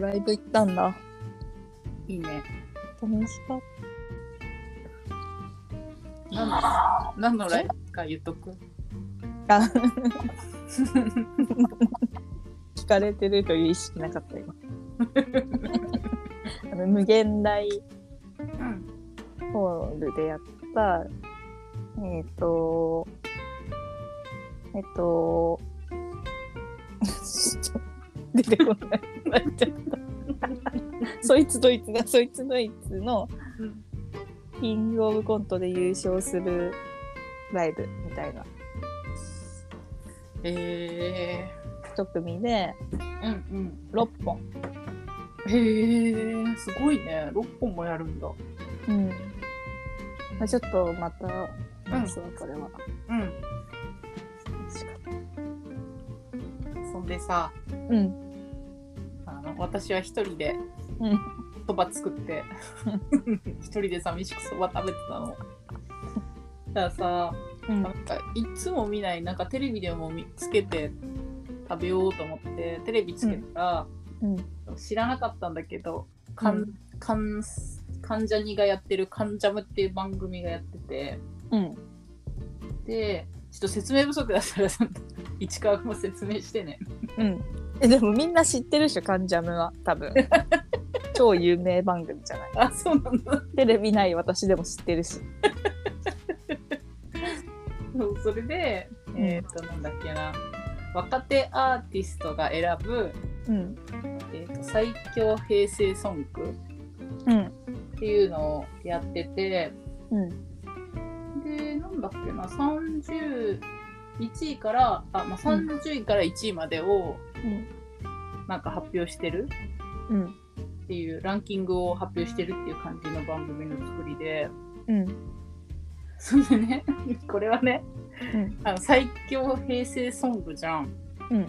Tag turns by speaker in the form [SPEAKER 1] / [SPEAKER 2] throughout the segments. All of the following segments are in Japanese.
[SPEAKER 1] ライブ行ったんだ。
[SPEAKER 2] いいね。
[SPEAKER 1] 楽しかっ
[SPEAKER 2] 何の何のライブか言っとく。
[SPEAKER 1] た。聞かれてるという意識なかった今。あの無限大
[SPEAKER 2] うん。
[SPEAKER 1] ホールでやった、えっ、と、えっ、と、 ちょっと出てこない。なっちゃった。そいつドイツだ、そいつドイツのキングオブコントで優勝するライブみたいな
[SPEAKER 2] え
[SPEAKER 1] 一組で
[SPEAKER 2] ー。うん
[SPEAKER 1] 6本。
[SPEAKER 2] うん。へえー、すごいね。六本もやるんだ。
[SPEAKER 1] うん。まあ、ちょっとまた、
[SPEAKER 2] うん
[SPEAKER 1] そうこれは。
[SPEAKER 2] うん。そんでさ、
[SPEAKER 1] うん。
[SPEAKER 2] あの私は一人で
[SPEAKER 1] うん。
[SPEAKER 2] そば作って、一人で寂しくそば食べてたの。だからさ、
[SPEAKER 1] うん
[SPEAKER 2] なんかいつも見ないなんかテレビでも見つけて食べようと思ってテレビつけたら、
[SPEAKER 1] うん。
[SPEAKER 2] 知らなかったんだけどかん、
[SPEAKER 1] うん
[SPEAKER 2] かん関ジャニがやってる「関ジャム」っていう番組がやってて
[SPEAKER 1] うん。
[SPEAKER 2] でちょっと説明不足だったらその市川君も説明してね
[SPEAKER 1] うん。え、でもみんな知ってるでしょ、関ジャムは。多 分。超有名番組じゃない。
[SPEAKER 2] あそうなんだ
[SPEAKER 1] テレビない私でも知ってるし。
[SPEAKER 2] そうそれで
[SPEAKER 1] ん
[SPEAKER 2] えっ、となんだっけな若手アーティストが選ぶ、
[SPEAKER 1] うん。
[SPEAKER 2] えー、と最強平成ソング
[SPEAKER 1] うん。
[SPEAKER 2] っていうのをやってて
[SPEAKER 1] うん。
[SPEAKER 2] で、なんだっけな、30、1位から、あ、まあ、
[SPEAKER 1] うん
[SPEAKER 2] 30位から1位までを、
[SPEAKER 1] うん
[SPEAKER 2] なんか発表してる
[SPEAKER 1] うん。
[SPEAKER 2] っていう、ランキングを発表してるっていう感じの番組の作りで、
[SPEAKER 1] うん。
[SPEAKER 2] そんでね、 これはね、
[SPEAKER 1] うん
[SPEAKER 2] あの最強平成ソングじゃん。
[SPEAKER 1] うん。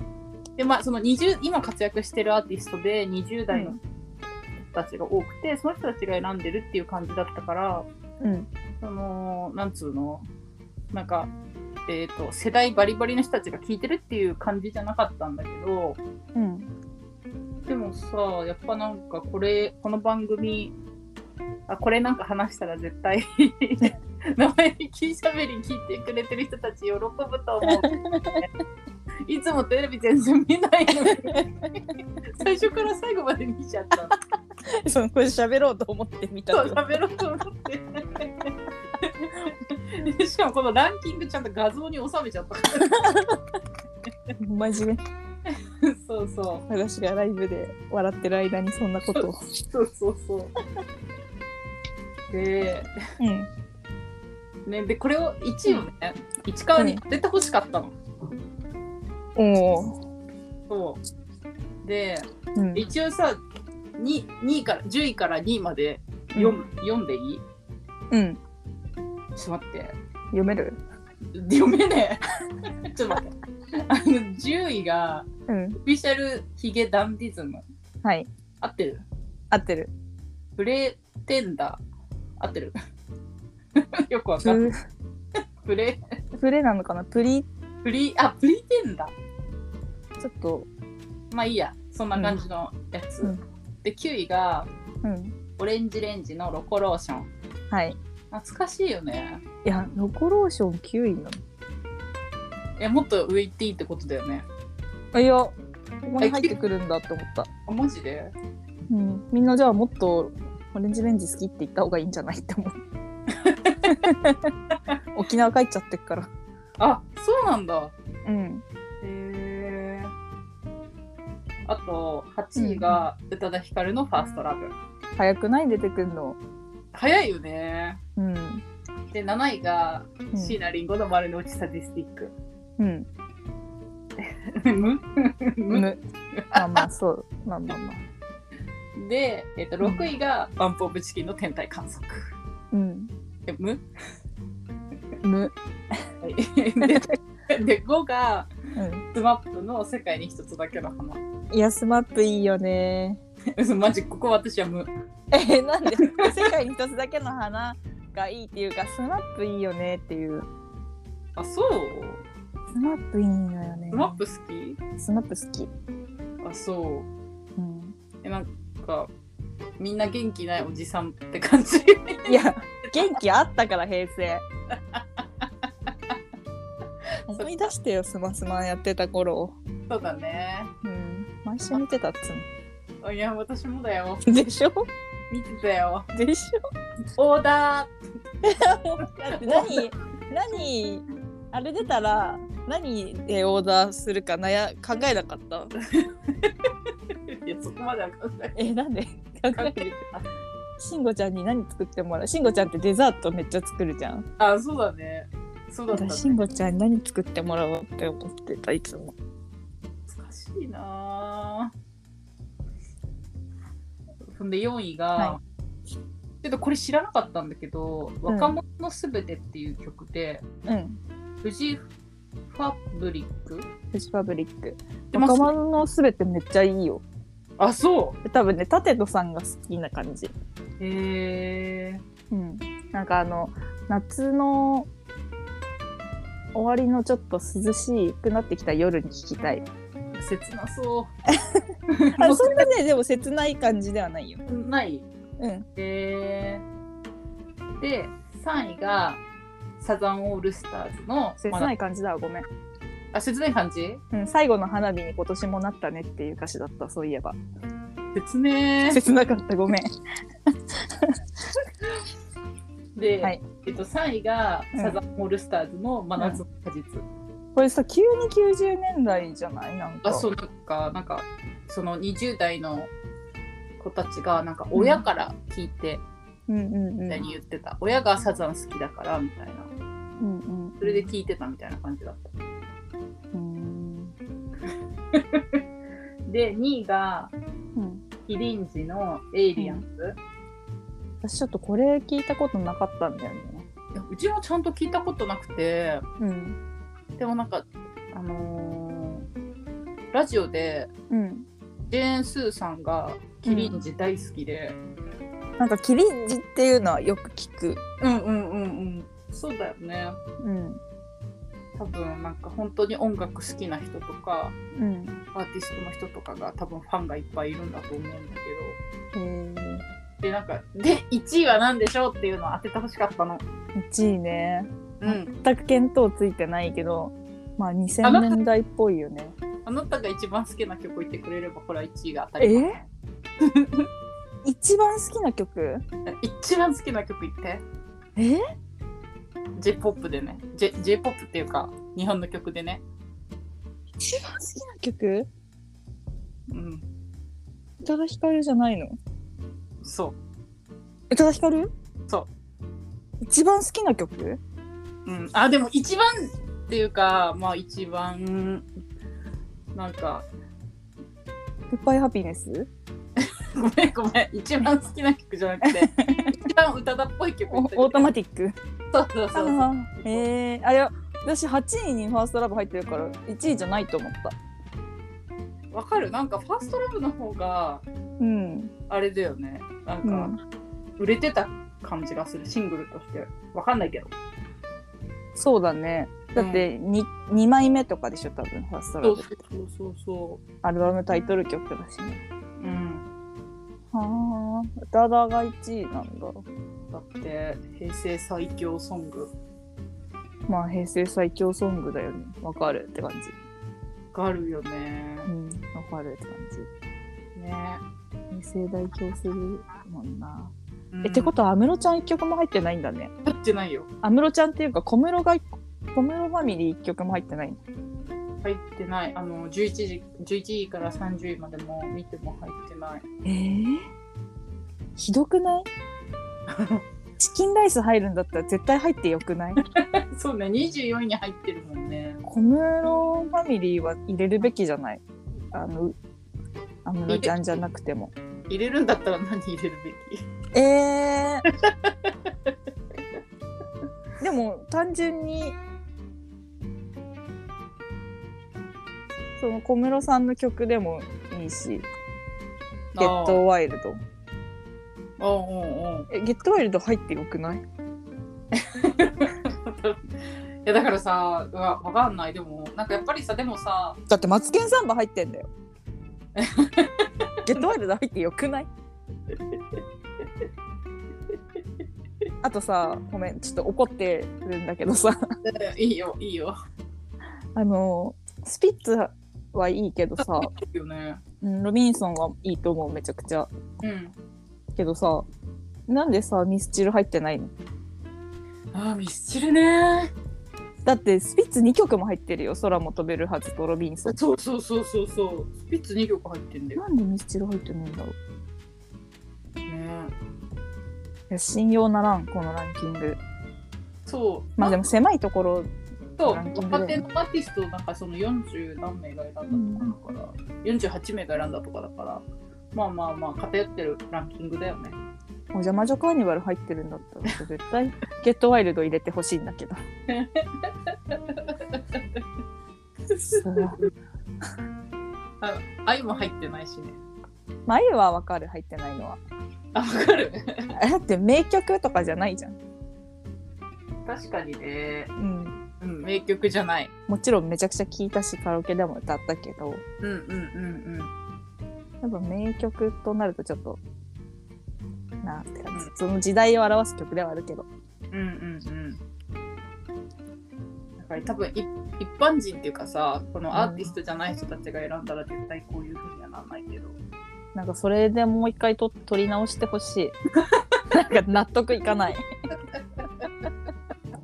[SPEAKER 2] で、まあ、その20、今活躍してるアーティストで20代の人たちが多くて、その人たちが選んでるっていう感じだったから、
[SPEAKER 1] うん。
[SPEAKER 2] その、なんつうの、なんか、えっ、と、世代バリバリの人たちが聞いてるっていう感じじゃなかったんだけど、
[SPEAKER 1] うん。
[SPEAKER 2] でもさ、やっぱなんかこれ、この番組、あ、これなんか話したら絶対、 生意気しゃべり聞いてくれてる人たち喜ぶと思う。いつもテレビ全然見ないのに最初から最後まで見ちゃったの
[SPEAKER 1] そのこれ喋ろうと思ってみた
[SPEAKER 2] そ
[SPEAKER 1] け
[SPEAKER 2] う
[SPEAKER 1] ど
[SPEAKER 2] 喋ろうと思ってしかもこのランキングちゃんと画像に収めちゃったから
[SPEAKER 1] 真面目な
[SPEAKER 2] そうそう
[SPEAKER 1] 私がライブで笑ってる間にそんなことを。
[SPEAKER 2] そうそうそうで,、
[SPEAKER 1] うん。
[SPEAKER 2] ね、でこれを1位をね、市川に当ててほしかったの、
[SPEAKER 1] おお。
[SPEAKER 2] そうで
[SPEAKER 1] うん。
[SPEAKER 2] 一応さ 2, 2位から10位から2位まで読む、読んでいい
[SPEAKER 1] うん。
[SPEAKER 2] ちょっと待って
[SPEAKER 1] 読める
[SPEAKER 2] 読めねえ ちょっと待ってあの10位が
[SPEAKER 1] うん。
[SPEAKER 2] オフィシャルヒゲダンディズム
[SPEAKER 1] はい。
[SPEAKER 2] 合ってる
[SPEAKER 1] 合ってる。
[SPEAKER 2] プレテンダー合ってる よくわかんない
[SPEAKER 1] プ
[SPEAKER 2] プレ
[SPEAKER 1] プレなのかなプリ
[SPEAKER 2] プリあプリテンダー
[SPEAKER 1] ちょっと。
[SPEAKER 2] まあいいやそんな感じのやつ、
[SPEAKER 1] うん
[SPEAKER 2] で9位が
[SPEAKER 1] うん。
[SPEAKER 2] オレンジレンジのロコローション
[SPEAKER 1] はい。
[SPEAKER 2] 懐かしいよね
[SPEAKER 1] いや、ロコローション9位な
[SPEAKER 2] えもっと上行っていいってことだよね
[SPEAKER 1] の。いや、ここに入ってくるんだって思った。
[SPEAKER 2] あマジで
[SPEAKER 1] うん。みんなじゃあもっとオレンジレンジ好きって言った方がいいんじゃないって 思う。沖縄帰っちゃってっから。
[SPEAKER 2] あそうなんだ
[SPEAKER 1] うん。
[SPEAKER 2] へえあと8位が宇多田ヒカルの「ファーストラブ
[SPEAKER 1] 早くない出てくんの。
[SPEAKER 2] 早いよね
[SPEAKER 1] うん。
[SPEAKER 2] で7位が
[SPEAKER 1] うん
[SPEAKER 2] 椎名林檎の「丸の内サディスティ ック」
[SPEAKER 1] うん。
[SPEAKER 2] むむ
[SPEAKER 1] む。まあまあ、そう。まあまあまあ。
[SPEAKER 2] で、えっと6位が「バンプ・オブ・チキン」の天体観測。
[SPEAKER 1] うん。
[SPEAKER 2] えむ
[SPEAKER 1] む。
[SPEAKER 2] はい でで5が
[SPEAKER 1] うん。
[SPEAKER 2] 「スマップの「世界に一つだけの花
[SPEAKER 1] いや、スマップいいよね。」
[SPEAKER 2] 嘘マジここ私は無
[SPEAKER 1] えなんで世界に一つだけの花がいいっていうかスマップいいよねっていう
[SPEAKER 2] あそう
[SPEAKER 1] スマップいいのよね
[SPEAKER 2] スマップ好き
[SPEAKER 1] スマップ好き、
[SPEAKER 2] あそう
[SPEAKER 1] うん、
[SPEAKER 2] ええなんかみんな元気ないおじさんって感じ
[SPEAKER 1] いや元気あったから平成思い出してよスマスマやってた頃
[SPEAKER 2] そうだね
[SPEAKER 1] うん毎週見てたっつう
[SPEAKER 2] いや私もだよ
[SPEAKER 1] のでしょ
[SPEAKER 2] 見てたよ
[SPEAKER 1] でしょ
[SPEAKER 2] オーダ
[SPEAKER 1] 何何あれ出たら何でオーダーするか悩考えなかった
[SPEAKER 2] ーいやそこまでは考え
[SPEAKER 1] えなん で考
[SPEAKER 2] 考え
[SPEAKER 1] え
[SPEAKER 2] てた
[SPEAKER 1] しんごちゃんに何作ってもらうしんごちゃんってデザートめっちゃ作るじゃん
[SPEAKER 2] あそうだねそうだ
[SPEAKER 1] だ
[SPEAKER 2] っ
[SPEAKER 1] から
[SPEAKER 2] た、ね、
[SPEAKER 1] しんごちゃんに何作ってもらおうって思ってたいつも
[SPEAKER 2] 難しいなぁほんで4位が、
[SPEAKER 1] は
[SPEAKER 2] ちょっとこれ知らなかったんだけど「
[SPEAKER 1] ん
[SPEAKER 2] 若者のすべて」っていう曲で、
[SPEAKER 1] うん
[SPEAKER 2] フジファブリック
[SPEAKER 1] フジファブリック
[SPEAKER 2] でも
[SPEAKER 1] 若者のすべてめっちゃいいよ
[SPEAKER 2] あそう
[SPEAKER 1] 多分ねタテトさんが好きな感じ
[SPEAKER 2] へえ
[SPEAKER 1] うんなんかあの夏の終わりのちょっと涼しくなってきた夜に聞き たい
[SPEAKER 2] 切なそう
[SPEAKER 1] あそんなねでも切ない感じではないよ
[SPEAKER 2] ない
[SPEAKER 1] うん
[SPEAKER 2] へえで3位がサザンオールスターズの
[SPEAKER 1] 切
[SPEAKER 2] ま
[SPEAKER 1] な
[SPEAKER 2] あ
[SPEAKER 1] い感じだわごめん、
[SPEAKER 2] あ切ない感じ
[SPEAKER 1] うん、最後の花火に今年もなったねっていう歌詞だったそうい えば
[SPEAKER 2] 切ね
[SPEAKER 1] 切なかったごめん
[SPEAKER 2] で、
[SPEAKER 1] はい
[SPEAKER 2] えっと、3位が
[SPEAKER 1] うん
[SPEAKER 2] サザンオールスターズの「真夏の果実」
[SPEAKER 1] これさ急に90年代じゃないなんか
[SPEAKER 2] あそうなんかなんかその20代の子たちがなんか親から聞いて
[SPEAKER 1] うんうんう
[SPEAKER 2] み
[SPEAKER 1] ん
[SPEAKER 2] たいに言ってた、親がサザン好きだからみたいな
[SPEAKER 1] うんうん
[SPEAKER 2] それで聞いてたみたいな感じだった
[SPEAKER 1] うん
[SPEAKER 2] で2位が
[SPEAKER 1] うん
[SPEAKER 2] キリンジの「エイリアンズ」
[SPEAKER 1] 私ちょっとこれ聞いたことなかったんだよね
[SPEAKER 2] いやうちもちゃんと聞いたことなくて
[SPEAKER 1] うん
[SPEAKER 2] でもなんかあのーラジオで
[SPEAKER 1] うん
[SPEAKER 2] ジェーン・スーさんがキリンジ大好きで、
[SPEAKER 1] なんかキリンジっていうのはよく聞く
[SPEAKER 2] うん、うんうんうんそうだよね
[SPEAKER 1] うん
[SPEAKER 2] 多分なんか本当に音楽好きな人とか
[SPEAKER 1] うん
[SPEAKER 2] アーティストの人とかが多分ファンがいっぱいいるんだと思うんだけ
[SPEAKER 1] え
[SPEAKER 2] どでなんかで1位は何でしょうっていうのを当ててほしかったの
[SPEAKER 1] 1位ね
[SPEAKER 2] うん
[SPEAKER 1] 全く見当ついてないけどまあ
[SPEAKER 2] あ
[SPEAKER 1] 2000
[SPEAKER 2] なた
[SPEAKER 1] 年代っぽいよね
[SPEAKER 2] あなたが一番好きな曲を言ってくれればこれは1位が当たりま
[SPEAKER 1] え 一番好きな曲
[SPEAKER 2] す一番好きな曲言って
[SPEAKER 1] え
[SPEAKER 2] j p o p でね J j p o p っていうか日本の曲でね
[SPEAKER 1] 一番好きな曲
[SPEAKER 2] うん
[SPEAKER 1] 宇多田ヒカルじゃないの
[SPEAKER 2] そ
[SPEAKER 1] 宇多田ヒカル
[SPEAKER 2] そう
[SPEAKER 1] 一番好きな曲
[SPEAKER 2] う、うん、あでも一番っていうかまあ一番なんか
[SPEAKER 1] グッバイハピネス
[SPEAKER 2] ごめんごめん一番好きな曲じゃなくて一番歌だっぽい曲
[SPEAKER 1] お
[SPEAKER 2] 言
[SPEAKER 1] オ
[SPEAKER 2] ってたよ
[SPEAKER 1] ートマティック
[SPEAKER 2] そうそうそうそう
[SPEAKER 1] あーえー、あれは私8位にファーストラブ入ってるから1位じゃないと思った
[SPEAKER 2] わかるなんかファーストラブの方が
[SPEAKER 1] うん、
[SPEAKER 2] あれだよねなん
[SPEAKER 1] う
[SPEAKER 2] か
[SPEAKER 1] ん、
[SPEAKER 2] 売れてた感じがするシングルとしてわかんないけど
[SPEAKER 1] そうだねだってに 2,、枚目とかでしょ多分ファーストラ
[SPEAKER 2] そう
[SPEAKER 1] ブ
[SPEAKER 2] そうそうそ
[SPEAKER 1] アルバムタイトル曲だしね
[SPEAKER 2] ううん
[SPEAKER 1] はあ宇多田が1位なんだ
[SPEAKER 2] だって平成最強ソング
[SPEAKER 1] まあ平成最強ソングだよねわかるって感じ
[SPEAKER 2] があるよね
[SPEAKER 1] うんわかるって感じ
[SPEAKER 2] ね、
[SPEAKER 1] 平成代表するもんな、
[SPEAKER 2] うん
[SPEAKER 1] えってことは安室ちゃん1曲も入ってないんだね
[SPEAKER 2] 入ってないよ
[SPEAKER 1] 安室ちゃんっていうか小室が小室ファミリー1曲も入ってない
[SPEAKER 2] 入ってないあの11時11位から30位までも見ても入ってない
[SPEAKER 1] えー、ひどく ないチキンライス入るんだったら絶対入ってよくない
[SPEAKER 2] そうね24位に入ってるもんね
[SPEAKER 1] 小室ファミリーは入れるべきじゃないあの安室ちゃんじゃなくても
[SPEAKER 2] 入れるんだったら何入れるべ き
[SPEAKER 1] ええー、 でも単純にその小室さんの曲でもいいし「ゲットワイルド
[SPEAKER 2] ああうんうんうん」
[SPEAKER 1] え「ゲットワイルド」入ってよくない
[SPEAKER 2] いやだからさうわわかんないでもなんかやっぱりさでもさ
[SPEAKER 1] だって「マツケンサンバ」入ってんだよゲットワイルド入ってよくないあとさごめんちょっと怒ってるんだけどさ
[SPEAKER 2] いいよ、いいよ。
[SPEAKER 1] あのスピッツはいいけどさ、
[SPEAKER 2] いいよね。
[SPEAKER 1] うん、ロビンソンはいいと思うめちゃくちゃ
[SPEAKER 2] うん。
[SPEAKER 1] けどさなんでさミスチル入ってないの
[SPEAKER 2] あー、ミスチルね。
[SPEAKER 1] だってスピッツ2曲も入ってるよ空も飛べるはずとロビンソン
[SPEAKER 2] そうそうそうそうそう。スピッツ2曲入ってんだよ。
[SPEAKER 1] なんでミスチル入ってないんだろう
[SPEAKER 2] ね。
[SPEAKER 1] いや信用ならんこのランキング
[SPEAKER 2] そう。
[SPEAKER 1] まあで
[SPEAKER 2] も、
[SPEAKER 1] も狭いところ
[SPEAKER 2] そう
[SPEAKER 1] ランキングで
[SPEAKER 2] 若手のアーティストをなんかその40何名が選んだとかだから、48名が選んだとかだから、まあまあまあ、偏ってるランキングだよね。
[SPEAKER 1] おじゃ魔女カーニバル入ってるんだったら絶対ゲットワイルド入れてほしいんだけどそう
[SPEAKER 2] あ愛も入ってないしね。
[SPEAKER 1] 眉はわかる入ってないのは
[SPEAKER 2] あ、わかる。
[SPEAKER 1] あれだって名曲とかじゃないじゃん、
[SPEAKER 2] 確かにね
[SPEAKER 1] う。ん、
[SPEAKER 2] うん、名曲じゃない。
[SPEAKER 1] もちろんめちゃくちゃ聴いたしカラオケでも歌ったけど
[SPEAKER 2] うんうんうんうん。
[SPEAKER 1] やっぱ名曲となるとちょっとなって感じその時代を表す曲ではあるけど
[SPEAKER 2] うんうんうん。だから多分い一般人っていうかさ、このアーティストじゃない人たちが選んだら絶対こういう風にはならないけど。
[SPEAKER 1] なんかそれでもう一回と取り直してほし いなんか納得いかない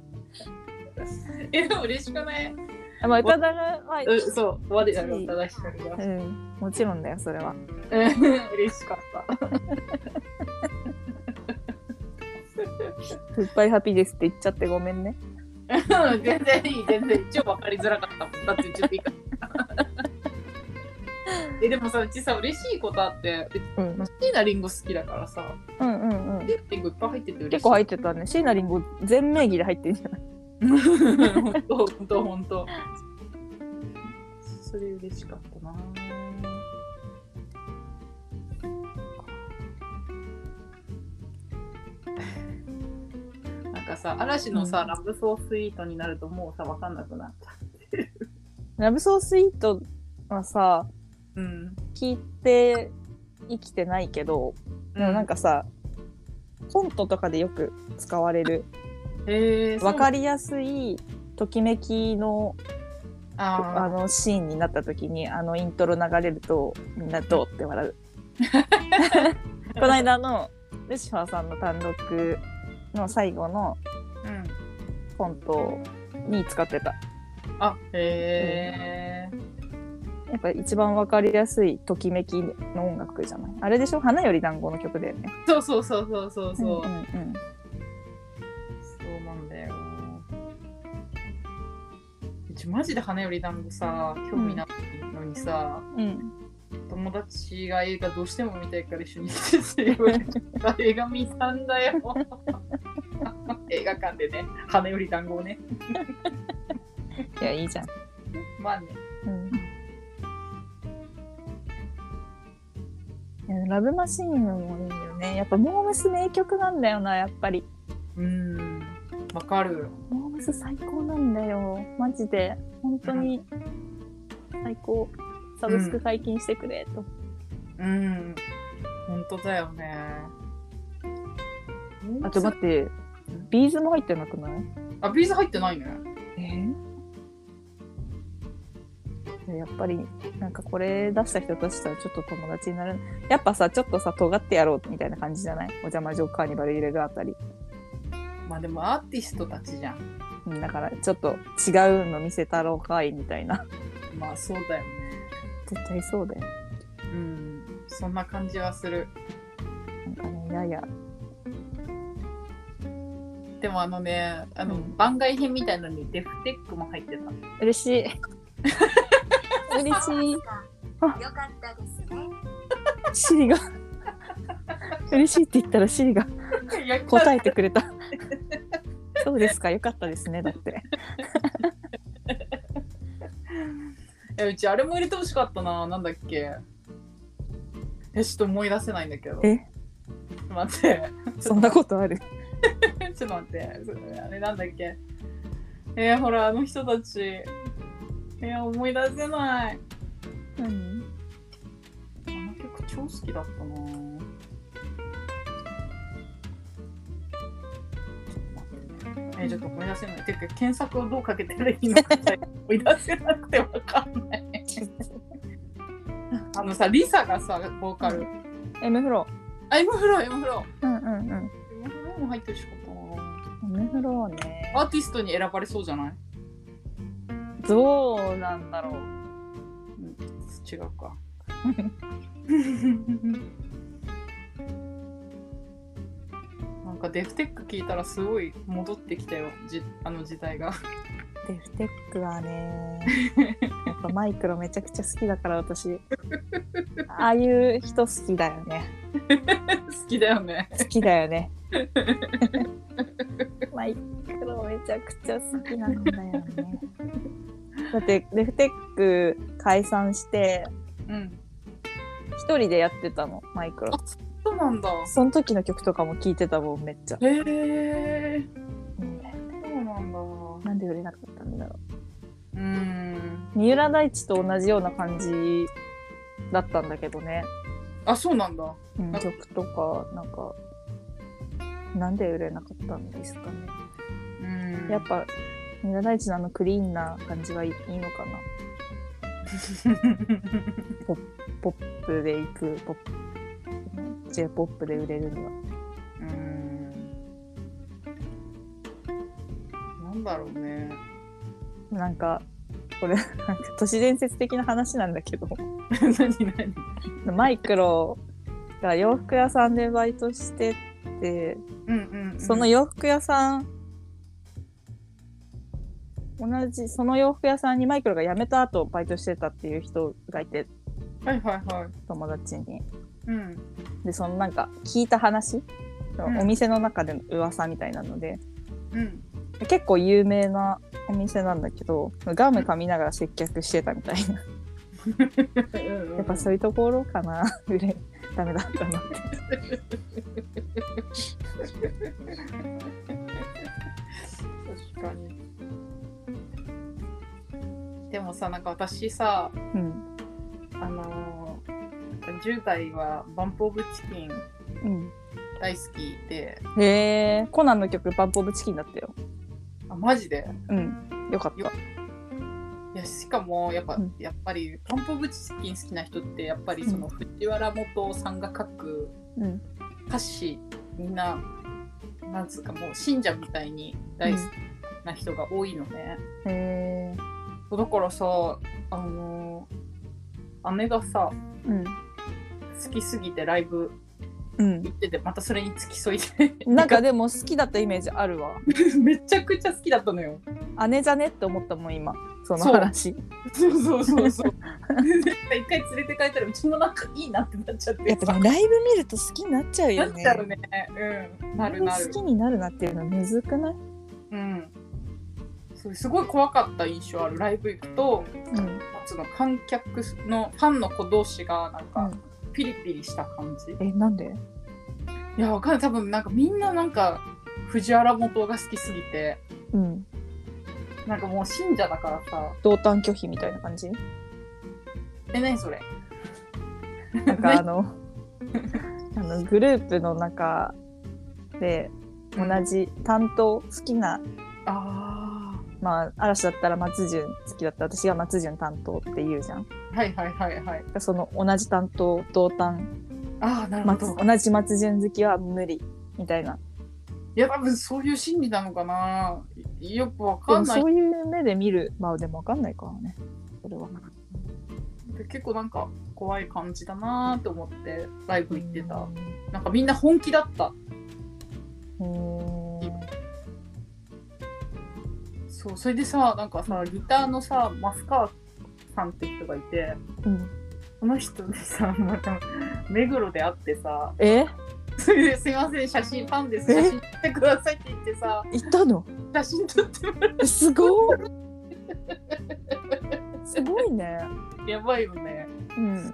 [SPEAKER 2] え、でも嬉しくない
[SPEAKER 1] あまあ宇多田が、はいう
[SPEAKER 2] そう、我らが宇多田ヒカルが。
[SPEAKER 1] うん、もちろんだよそれは
[SPEAKER 2] うん嬉しかった。
[SPEAKER 1] 「いっぱいハッピーです」って言っちゃってごめんね
[SPEAKER 2] うん 全然いい、全然いい。超分かりづらかったもん。だってちょっといいから え、でもさ、うちさ、嬉しいことあって、
[SPEAKER 1] うん
[SPEAKER 2] シーナリンゴ好きだからさ、
[SPEAKER 1] うんうんうん
[SPEAKER 2] シーナリンゴいっぱい入ってて嬉しい。
[SPEAKER 1] 結構入ってたね椎名林檎全名義で入ってるじゃない
[SPEAKER 2] 本当本当本当。それ嬉しかったな。なんかさ、嵐のさ、
[SPEAKER 1] うん
[SPEAKER 2] ラブソースイートになるともうさ、わかんなくなっちゃ
[SPEAKER 1] ラブソースイートはさ
[SPEAKER 2] う。うん。
[SPEAKER 1] 聞いて生きてないけどでもなん
[SPEAKER 2] か、
[SPEAKER 1] かさ、コントとかでよく使われる
[SPEAKER 2] えー、
[SPEAKER 1] 分か
[SPEAKER 2] り、
[SPEAKER 1] りやすいときめきのあ
[SPEAKER 2] あ
[SPEAKER 1] のシーンになった時にあのイントロ流れるとみんなどうって笑 う。この間のルシファーさんの単独の最後の
[SPEAKER 2] ーうん。
[SPEAKER 1] コントに使ってた。
[SPEAKER 2] あ、へえー。
[SPEAKER 1] やっぱ一番分かりやすいときめきの音楽じゃないあれでしょ花より団子の曲だよね。
[SPEAKER 2] そうそうそうそうそうそう。
[SPEAKER 1] うんうん
[SPEAKER 2] そうなんだよ。うちマジで花より団子さ、興味ないのにさ、
[SPEAKER 1] うんうん
[SPEAKER 2] 友達が映画どうしても見たいから一緒に行ってって言われて映画見たんだよ。 映画館でね、花より団子をね。
[SPEAKER 1] いやいいじゃん。
[SPEAKER 2] まあね。
[SPEAKER 1] うんいやラブマシーンもいいよね。やっぱモームス名曲なんだよな、やっぱり。
[SPEAKER 2] うーん、わかる。
[SPEAKER 1] モームス最高なんだよ。マジで。本当に最高。サブスク解禁してくれ、と。
[SPEAKER 2] うん。本当だよね。
[SPEAKER 1] あと待って、ビーズも入ってなくない
[SPEAKER 2] あ、ビーズ入ってないね。
[SPEAKER 1] えやっぱりなんかこれ出した人としたらちょっと友達になるやっぱさちょっとさ尖ってやろうみたいな感じじゃないお邪魔女カーニバル入れるあたり、
[SPEAKER 2] まあでもアーティストたちじゃん。
[SPEAKER 1] うん、だからちょっと違うの見せたろうかいみたいな
[SPEAKER 2] まあそうだよね。
[SPEAKER 1] 絶対そうだよ
[SPEAKER 2] うん。そんな感じはする。
[SPEAKER 1] なんかねやや
[SPEAKER 2] でもあのね、あの、
[SPEAKER 1] うん
[SPEAKER 2] 番外編みたいなのにデフテックも入ってた。
[SPEAKER 1] 嬉しい嬉しい
[SPEAKER 3] よかったですね。
[SPEAKER 1] シリが嬉しいって言ったらシリが 答えてくれ たそうですかよかったですねだって
[SPEAKER 2] え、うちあれも入れてほしかったな。なんだっけ。え、ちょっと思い出せないんだけど。
[SPEAKER 1] え
[SPEAKER 2] ちょっと待って。
[SPEAKER 1] そんなことある
[SPEAKER 2] ちょっと待って。あれなんだっけ。えーほら、あの人たち。えー思い出せない。
[SPEAKER 1] 何
[SPEAKER 2] あの曲超好きだったなぁちょっと待ってねえちょっと思い出せない。ていうか検索をどうかけたらいいのかさ思い出せなくてわかんない。あのさリサがさボーカル。
[SPEAKER 1] M フロ
[SPEAKER 2] あ M フロ M フロ。
[SPEAKER 1] うんうんうん
[SPEAKER 2] M フロも入ってるしかな。
[SPEAKER 1] M フロね
[SPEAKER 2] アーティストに選ばれそうじゃない？
[SPEAKER 1] どうなんだろう
[SPEAKER 2] うん違うか。 なんかデフテック聞いたらすごい戻ってきたよじあの時代が
[SPEAKER 1] デフテックはねやっぱマイクロめちゃくちゃ好きだから私ああいう人好きだよね
[SPEAKER 2] 好きだよね
[SPEAKER 1] 好きだよねマイクロめちゃくちゃ好きなんだよねだってデフテック解散して
[SPEAKER 2] うん
[SPEAKER 1] 一人でやってたのマイクロ
[SPEAKER 2] そうなんだ
[SPEAKER 1] その時の曲とかも聴いてたもんめっちゃ、
[SPEAKER 2] へえ
[SPEAKER 1] うん
[SPEAKER 2] そうなんだ
[SPEAKER 1] なんで売れなかったんだろ
[SPEAKER 2] うん
[SPEAKER 1] う三浦大知と同じような感じだったんだけどね
[SPEAKER 2] あそうなんだ
[SPEAKER 1] うん
[SPEAKER 2] あ
[SPEAKER 1] 曲とかなんかなんで売れなかったんですかね
[SPEAKER 2] うん
[SPEAKER 1] やっぱ三浦大知のあのクリーンな感じはいいいのかなポップでいくポップ j p o p で売れるには
[SPEAKER 2] うんなんだろうね
[SPEAKER 1] なんかこれなんか都市伝説的な話なんだけど
[SPEAKER 2] 何何
[SPEAKER 1] マイクロが洋服屋さんでバイトしてって
[SPEAKER 2] うんうん、うん、
[SPEAKER 1] その洋服屋さん、同じその洋服屋さんにマイクロが辞めた後バイトしてたっていう人がいて
[SPEAKER 2] はいはいはい
[SPEAKER 1] 友達に
[SPEAKER 2] うん
[SPEAKER 1] でそのなんか聞いた話、
[SPEAKER 2] ん
[SPEAKER 1] お店の中での噂みたいなので
[SPEAKER 2] うん
[SPEAKER 1] 結構有名なお店なんだけどガム噛みながら接客してたみたいな や
[SPEAKER 2] や
[SPEAKER 1] っぱ そういうところかな 売れダメだったなって
[SPEAKER 2] 確かにでもさなんか私さ
[SPEAKER 1] うん
[SPEAKER 2] あのー、10代はバンプ・オブ・チキン大好きで
[SPEAKER 1] うんへえコナンの曲「バンプ・オブ・チキン」だったよ
[SPEAKER 2] あマジで
[SPEAKER 1] うんよかった
[SPEAKER 2] よいやしかもやっぱ、
[SPEAKER 1] うん
[SPEAKER 2] やっぱりバンプ・オブ・チキン好きな人ってやっぱりその藤原元さんが書く
[SPEAKER 1] うん
[SPEAKER 2] 歌詞みんななんつうかもう信者みたいに大好きな人が多いのね、
[SPEAKER 1] へえ
[SPEAKER 2] だからさあのー姉がさ
[SPEAKER 1] うん
[SPEAKER 2] 好きすぎてライブ
[SPEAKER 1] うん
[SPEAKER 2] 行っててまたそれに付き添いで
[SPEAKER 1] なんかでも好きだったイメージあ るわ。
[SPEAKER 2] めちゃくちゃ好きだったのよ
[SPEAKER 1] 姉じゃねって思ったもん今その
[SPEAKER 2] そう
[SPEAKER 1] 話。
[SPEAKER 2] そうそうそう そう一回連れて帰ったらうちもなんかいいなってなっちゃって
[SPEAKER 1] やっぱねライブ見ると好きになっちゃう
[SPEAKER 2] な
[SPEAKER 1] よ
[SPEAKER 2] っ
[SPEAKER 1] ね。
[SPEAKER 2] ちゃうねうんなるな
[SPEAKER 1] 好
[SPEAKER 2] る
[SPEAKER 1] きになるなっていうのはむずくない？
[SPEAKER 2] うんそれすごい怖かった印象あるライブ行くと
[SPEAKER 1] うん。
[SPEAKER 2] その観客のファンの子同士がなん
[SPEAKER 1] う
[SPEAKER 2] か
[SPEAKER 1] ん
[SPEAKER 2] ピリピリした感じ、
[SPEAKER 1] えなんで？
[SPEAKER 2] いやわかんない多分なんかみんななんか藤原元が好きすぎて
[SPEAKER 1] うん。
[SPEAKER 2] なんかもう信者だからさ
[SPEAKER 1] 同担拒否みたいな感 じ？
[SPEAKER 2] え何それ
[SPEAKER 1] なんかあのあのグループの中で同じ担当好きな
[SPEAKER 2] あ
[SPEAKER 1] まあ嵐だったら松潤好きだった私が松潤担当って言うじゃん。
[SPEAKER 2] あはいはいはいはい
[SPEAKER 1] その同じ担当同担
[SPEAKER 2] ああなるほ
[SPEAKER 1] 松
[SPEAKER 2] ど
[SPEAKER 1] 同じ松潤好きは無理みたいな。
[SPEAKER 2] いや多分そういう心理なのかないよくわ
[SPEAKER 1] で
[SPEAKER 2] かん
[SPEAKER 1] も
[SPEAKER 2] ない
[SPEAKER 1] そういう目で見るまあでもわかんないからねそれは
[SPEAKER 2] 結構なんか怖い感じだなーって思ってライブ行ってた
[SPEAKER 1] う
[SPEAKER 2] なんかみんな本気だった
[SPEAKER 1] ーん
[SPEAKER 2] そうそれでさなんかさギターのさマスカーさんって人がいて
[SPEAKER 1] うん
[SPEAKER 2] この人でさ また目黒で会ってさ
[SPEAKER 1] え
[SPEAKER 2] それですいません写真ファンです
[SPEAKER 1] え
[SPEAKER 2] 写真撮ってくださいって言ってさ
[SPEAKER 1] 行ったの
[SPEAKER 2] 写真撮ってもら
[SPEAKER 1] えす ごいすごいね
[SPEAKER 2] うやばいよね
[SPEAKER 1] うん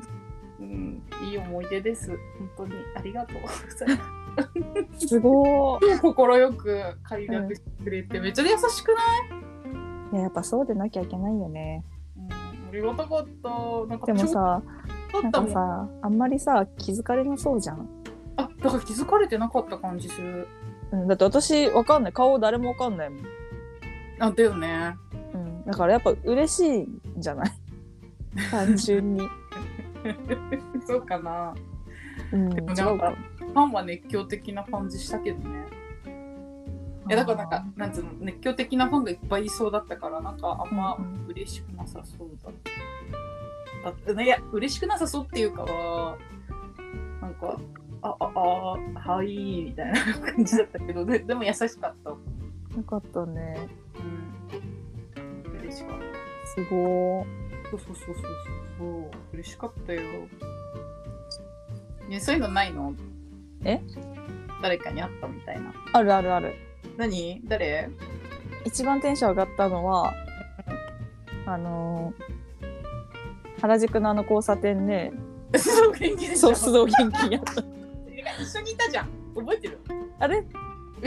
[SPEAKER 2] うんいい思い出です本当にありがとう ございます
[SPEAKER 1] すごい
[SPEAKER 2] 心よく快諾してくれて、めっちゃ優しくない、
[SPEAKER 1] いややっぱそうでなきゃいけないよね
[SPEAKER 2] うん、ありがたかったなんか
[SPEAKER 1] でもさ
[SPEAKER 2] 撮
[SPEAKER 1] な
[SPEAKER 2] っ
[SPEAKER 1] ん
[SPEAKER 2] た
[SPEAKER 1] か
[SPEAKER 2] もん
[SPEAKER 1] さあんまりさ気づかれなそうじゃん、
[SPEAKER 2] あだから気づかれてなかった感じする
[SPEAKER 1] うん、だって私わかんない顔誰もわかんないもん、
[SPEAKER 2] あだよね
[SPEAKER 1] うん、だからやっぱ嬉しいんじゃない 単純に、
[SPEAKER 2] そうかな
[SPEAKER 1] うん、違
[SPEAKER 2] で
[SPEAKER 1] う
[SPEAKER 2] も
[SPEAKER 1] か
[SPEAKER 2] なんか
[SPEAKER 1] も
[SPEAKER 2] ファンは熱狂的な感じしたけどねえだからなんかなんつうの熱狂的なファンがいっぱいいそうだったからなんかあんま
[SPEAKER 1] うん
[SPEAKER 2] 嬉しくなさそうだだったねいや嬉しくなさそうっていうかはなんかあああはいみたいな感じだったけどででも優しかった、
[SPEAKER 1] よかったね
[SPEAKER 2] うん、嬉しかった
[SPEAKER 1] すごー
[SPEAKER 2] そうそうそうそうそう嬉しかったよねそういうのないの
[SPEAKER 1] え
[SPEAKER 2] 誰かに会ったみたいな
[SPEAKER 1] あるあるある
[SPEAKER 2] 何誰
[SPEAKER 1] 一番テンション上がったのはあのー原宿のあの交差点で、
[SPEAKER 2] そう元気でし
[SPEAKER 1] そ
[SPEAKER 2] ょ
[SPEAKER 1] う、須藤元気やった。
[SPEAKER 2] 一緒にいたじゃん覚えてる
[SPEAKER 1] あれ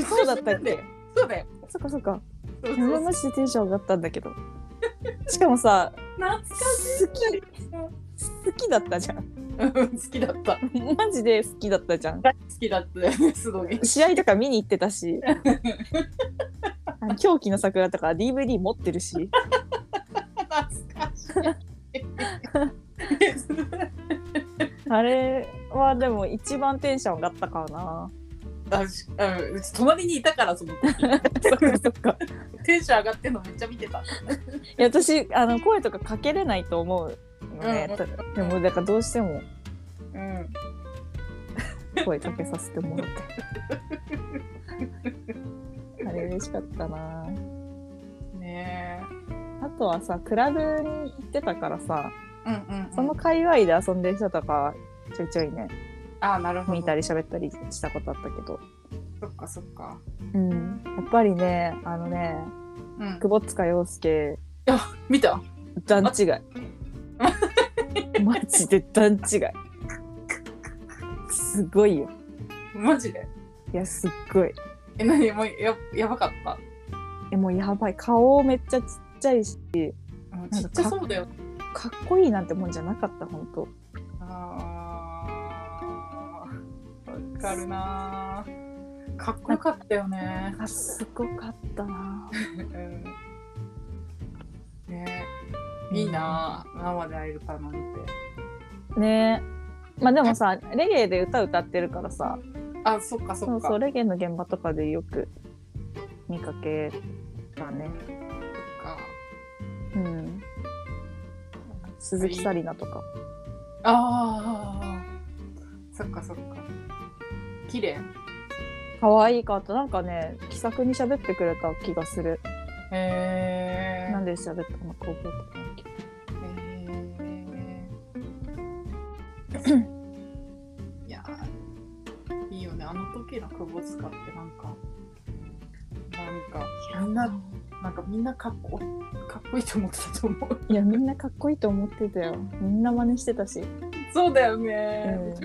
[SPEAKER 1] そうだったっけ
[SPEAKER 2] そうだよ
[SPEAKER 1] そっかそっか。
[SPEAKER 2] そう
[SPEAKER 1] 自
[SPEAKER 2] そう
[SPEAKER 1] 分マジでテンション上がったんだけど。しかもさ、
[SPEAKER 2] 懐か
[SPEAKER 1] 好き、好きだったじゃん。
[SPEAKER 2] うん好きだった
[SPEAKER 1] マジで好きだったじゃん。
[SPEAKER 2] 大好きだったよね須藤元気
[SPEAKER 1] 試合とか見に行ってたし、あの狂気の桜とか DVD 持ってるし、
[SPEAKER 2] 懐 かしい
[SPEAKER 1] あれはでも一番テンション上がったから な。
[SPEAKER 2] あしあうち隣にいたからその時
[SPEAKER 1] そっかそっか。
[SPEAKER 2] テンション上がってんのめっちゃ見てた
[SPEAKER 1] いや私あの声とかかけれないと思うのね、
[SPEAKER 2] うん
[SPEAKER 1] たでもだからどうしても
[SPEAKER 2] うん
[SPEAKER 1] 声かけさせて もらってあれ嬉しかったな
[SPEAKER 2] ねえ
[SPEAKER 1] あとはさクラブに行ってたからさ
[SPEAKER 2] うんうんうん
[SPEAKER 1] その界隈で遊んでる人とかちょいちょいね
[SPEAKER 2] あなるほど
[SPEAKER 1] 見たり喋ったりしたことあったけど、
[SPEAKER 2] そっかそっか
[SPEAKER 1] うん、やっぱりねあのね
[SPEAKER 2] うん
[SPEAKER 1] 久保塚洋介
[SPEAKER 2] 見た
[SPEAKER 1] 段 違いマジで段違いすごいよ
[SPEAKER 2] マジで
[SPEAKER 1] いやすっごい
[SPEAKER 2] え何もうややばかった
[SPEAKER 1] えもうやばい顔めっちゃちっちゃいし
[SPEAKER 2] うんちっちゃそうだよ
[SPEAKER 1] かっこいいなんてもんじゃなかった本当
[SPEAKER 2] あーわかるなーかっこよかったよね。
[SPEAKER 1] あすごかったな
[SPEAKER 2] うんねいいなー生で会えるかなんて。
[SPEAKER 1] ねえまあでもさレゲエで歌歌ってるからさ
[SPEAKER 2] あそっかそ
[SPEAKER 1] そ
[SPEAKER 2] っ
[SPEAKER 1] う
[SPEAKER 2] か。
[SPEAKER 1] そうレゲエの現場とかでよく見かけたね
[SPEAKER 2] か
[SPEAKER 1] うん鈴木紗理奈とか
[SPEAKER 2] あーそっかそっか。綺麗
[SPEAKER 1] 可愛いかったなんかね気さくに喋ってくれた気がする
[SPEAKER 2] へ
[SPEAKER 1] な
[SPEAKER 2] ー
[SPEAKER 1] んで喋ったのか覚えてないけど
[SPEAKER 2] へーいやーいいよねあの時の久保塚ってなんかなんかみんななんかみんなかっこかっこいいと思ってたと思う。
[SPEAKER 1] いやみんなかっこいいと思ってたよみんな真似してたし、
[SPEAKER 2] そうだよ
[SPEAKER 1] う
[SPEAKER 2] ね。
[SPEAKER 1] ん
[SPEAKER 2] よ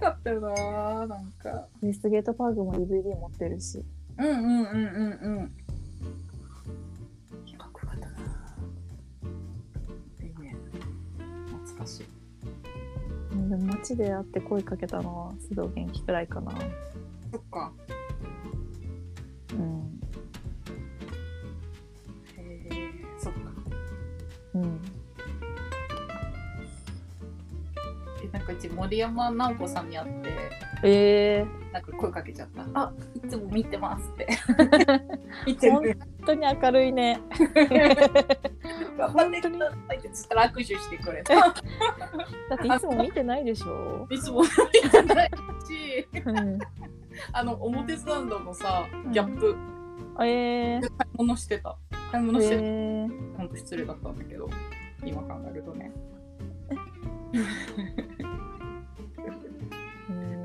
[SPEAKER 2] かったよなー、なんか。
[SPEAKER 1] ウエストゲートパークも DVD 持ってるし。
[SPEAKER 2] うんうんうんうんうん。かっこよかったなー。いいね。懐かしい。
[SPEAKER 1] でも街で会って声かけたのは須藤元気くらいかな。
[SPEAKER 2] そっか。
[SPEAKER 1] うん。
[SPEAKER 2] へえ、そっか。
[SPEAKER 1] うん。
[SPEAKER 2] え、なんかうち森山直子さんに会って、
[SPEAKER 1] ええ
[SPEAKER 2] なんか声かけちゃった。あ、いつも見てます って。見
[SPEAKER 1] てる本当に明るい ね。
[SPEAKER 2] 頑張ってくださいってずっと握手してくれた。
[SPEAKER 1] だっていつも見てないでしょ。
[SPEAKER 2] いつも見てないし。
[SPEAKER 1] うん。
[SPEAKER 2] あの表参道のさギャップ、
[SPEAKER 1] ええ
[SPEAKER 2] 買い物してた買い物してた、
[SPEAKER 1] ええ
[SPEAKER 2] ほんと失礼だったんだけど今考えるとね
[SPEAKER 1] うん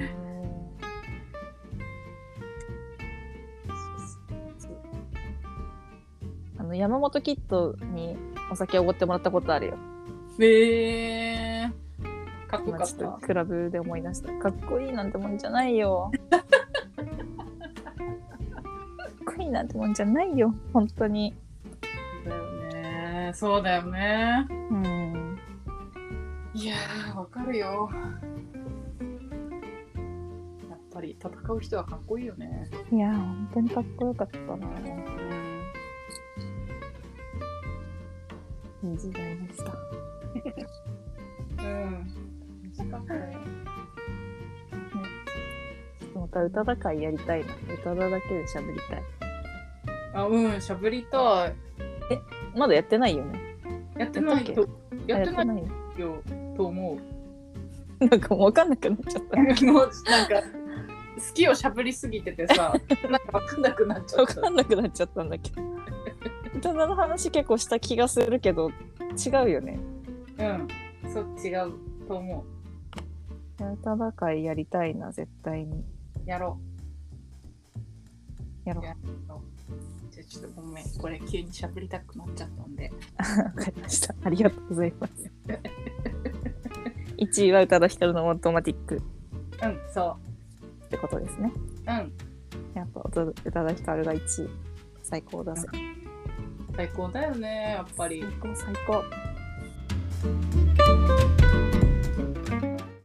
[SPEAKER 1] あの山本キッドにお酒おごってもらったことあるよ。
[SPEAKER 2] へえかっこ
[SPEAKER 1] 今
[SPEAKER 2] よかっ
[SPEAKER 1] ちょっと
[SPEAKER 2] た
[SPEAKER 1] クラブで思い出した。かっこいいなんてもんじゃない よ。かっこいいなんてもんじゃないよ、本当に。
[SPEAKER 2] そうだよねそうだよね
[SPEAKER 1] うん。
[SPEAKER 2] いやー、わかるよ。やっぱり戦う人はかっこいいよね。
[SPEAKER 1] いやー本当にかっこよかったな
[SPEAKER 2] うん。
[SPEAKER 1] いい時代でした
[SPEAKER 2] うん。楽しかったよ。
[SPEAKER 1] また歌だ会やりたいな歌だだけで喋りたい
[SPEAKER 2] あ、うん、しゃぶりたい。
[SPEAKER 1] まだやってないよね
[SPEAKER 2] やってないと、やってな
[SPEAKER 1] あ
[SPEAKER 2] い
[SPEAKER 1] よ
[SPEAKER 2] よと思う。
[SPEAKER 1] なんかもう分かんなくなっちゃった
[SPEAKER 2] もう なんか、好きをしゃぶりすぎててさ、なんかわかんなくなっちゃっ
[SPEAKER 1] 分か
[SPEAKER 2] た。
[SPEAKER 1] んなくなっちゃったんだけど歌だの話結構した気がするけど違うよね
[SPEAKER 2] うん。そう、違うと思
[SPEAKER 1] 歌だ会やりたいな絶対に
[SPEAKER 2] う。やろう。
[SPEAKER 1] やろう
[SPEAKER 2] いやじゃあちょっとごめん、これ急にしゃぶりたくなっちゃったんで。
[SPEAKER 1] わかりました。 ありがとうございます。1位は宇多田ヒカルのオートマティック
[SPEAKER 2] うん、そ
[SPEAKER 1] ってことですね。
[SPEAKER 2] う。うん、
[SPEAKER 1] やっぱ宇多田ヒカルが1位。最高だぜ。
[SPEAKER 2] 最高だよね、やっぱり。
[SPEAKER 1] 最高最高。